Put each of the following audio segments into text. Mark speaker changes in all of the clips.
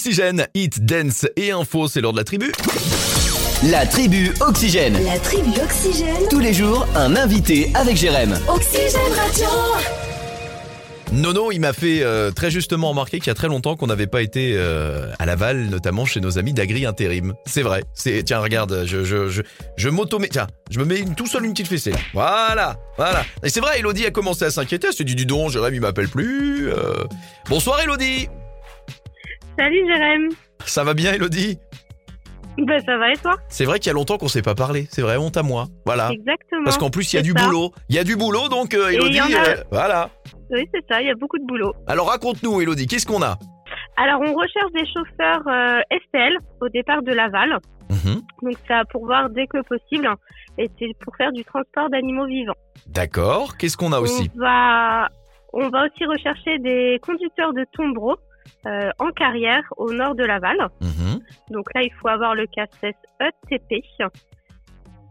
Speaker 1: Oxygène, Hit, Dance et Info, c'est l'heure de la tribu.
Speaker 2: La tribu Oxygène.
Speaker 3: La tribu Oxygène,
Speaker 2: Tous les jours, un invité avec Jérém.
Speaker 3: Oxygène Radio.
Speaker 1: Nono, il m'a fait euh, très justement remarquer qu'il y a très longtemps qu'on n'avait pas été euh, à Laval, notamment chez nos amis d'Agri Intérim. C'est vrai. C'est tiens, regarde, je je je, je m'auto mets tiens, je me mets une- tout seul une petite fessée. là. Voilà, voilà. Et c'est vrai, Elodie a commencé à s'inquiéter. Elle s'est dit du don, Jérém, il m'appelle plus. euh. Bonsoir Elodie.
Speaker 4: Salut Jérém.
Speaker 1: Ça va bien Elodie
Speaker 4: Ben ça va et toi
Speaker 1: C'est vrai qu'il y a longtemps qu'on s'est pas parlé. C'est vrai, honte à moi. Voilà.
Speaker 4: Exactement.
Speaker 1: Ah. Parce qu'en plus, il y a
Speaker 4: c'est
Speaker 1: du
Speaker 4: ça.
Speaker 1: boulot. Il y a du boulot, donc euh,
Speaker 4: Et il
Speaker 1: Elodie.
Speaker 4: y en a.
Speaker 1: euh, voilà.
Speaker 4: Oui c'est ça, il y a beaucoup de boulot.
Speaker 1: Alors raconte-nous, Elodie, qu'est-ce qu'on a
Speaker 4: Alors on recherche des chauffeurs euh, STL au départ de Laval,
Speaker 1: Mhm.
Speaker 4: donc ça à pourvoir dès que possible hein. et c'est pour faire du transport d'animaux vivants.
Speaker 1: D'accord. Qu'est-ce
Speaker 4: Mm.
Speaker 1: qu'on a Ah, aussi
Speaker 4: On va, on va aussi rechercher des conducteurs de tombereaux euh, en carrière au nord de Laval.
Speaker 1: Mhm.
Speaker 4: Donc là il faut avoir le CACES ETP.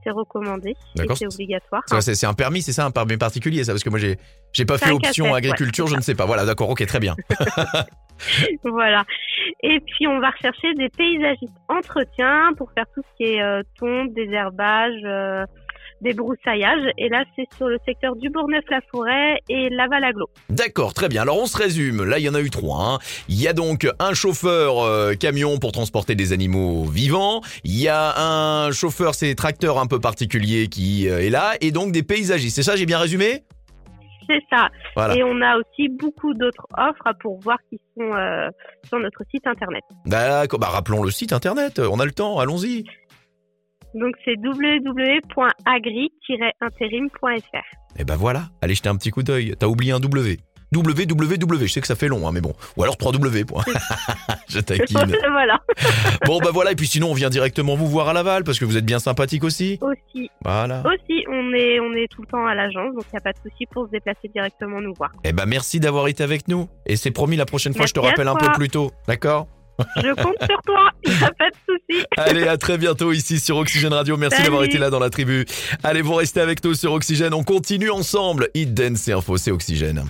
Speaker 4: C'est recommandé, et
Speaker 1: D'accord.
Speaker 4: c'est obligatoire.
Speaker 1: Ça, C'est c'est un permis, c'est ça, un permis particulier, ça Parce que moi, j'ai j'ai pas
Speaker 4: Ah. C'est
Speaker 1: fait
Speaker 4: un
Speaker 1: option
Speaker 4: casse-tête,
Speaker 1: agriculture, je ne sais pas. Voilà, d'accord, ok, très bien.
Speaker 4: Voilà. Et puis on va rechercher des paysagistes entretien pour faire tout ce qui est euh, tombes, désherbage, euh, débroussaillages. Et là, c'est sur le secteur du Bourgneuf-la-Forêt et Laval-Aglo.
Speaker 1: D'accord, très bien. Alors, on se résume. Là, il y en a eu trois. hein. Il y a donc un chauffeur euh, camion pour transporter des animaux vivants. Il y a un chauffeur, c'est tracteur un peu particulier qui euh, est là. Et donc, des paysagistes. C'est ça, j'ai bien résumé
Speaker 4: C'est ça.
Speaker 1: Voilà.
Speaker 4: Et on a aussi beaucoup d'autres offres à pourvoir qui sont euh, sur notre site internet.
Speaker 1: D'accord. Bah, rappelons le site internet. On a le temps. Allons-y.
Speaker 4: Donc c'est www.agri-intérim.fr.
Speaker 1: Et ben voilà, allez jeter un petit coup d'œil. T'as oublié un W. WWW, je sais que ça fait long, hein, mais bon. Ou alors 3W. point. je taquine.
Speaker 4: voilà.
Speaker 1: Bon, bah voilà, et puis sinon, on vient directement vous voir à Laval, parce que vous êtes bien sympathique aussi.
Speaker 4: Aussi,
Speaker 1: Voilà.
Speaker 4: aussi, on est, on est tout le temps à l'agence, donc il n'y a pas de souci pour se déplacer directement nous voir.
Speaker 1: Eh ben merci d'avoir été avec nous. Et c'est promis, la prochaine fois, je te
Speaker 4: Merci à
Speaker 1: rappelle un
Speaker 4: toi.
Speaker 1: peu plus tôt. D'accord
Speaker 4: Je compte sur toi, il n'y a pas de souci.
Speaker 1: Allez, à très bientôt ici sur Oxygène Radio. Merci
Speaker 4: Salut.
Speaker 1: d'avoir été là dans la tribu. Allez, vous restez avec nous sur Oxygène. On continue ensemble. Hit Dance et Info, c'est Oxygène.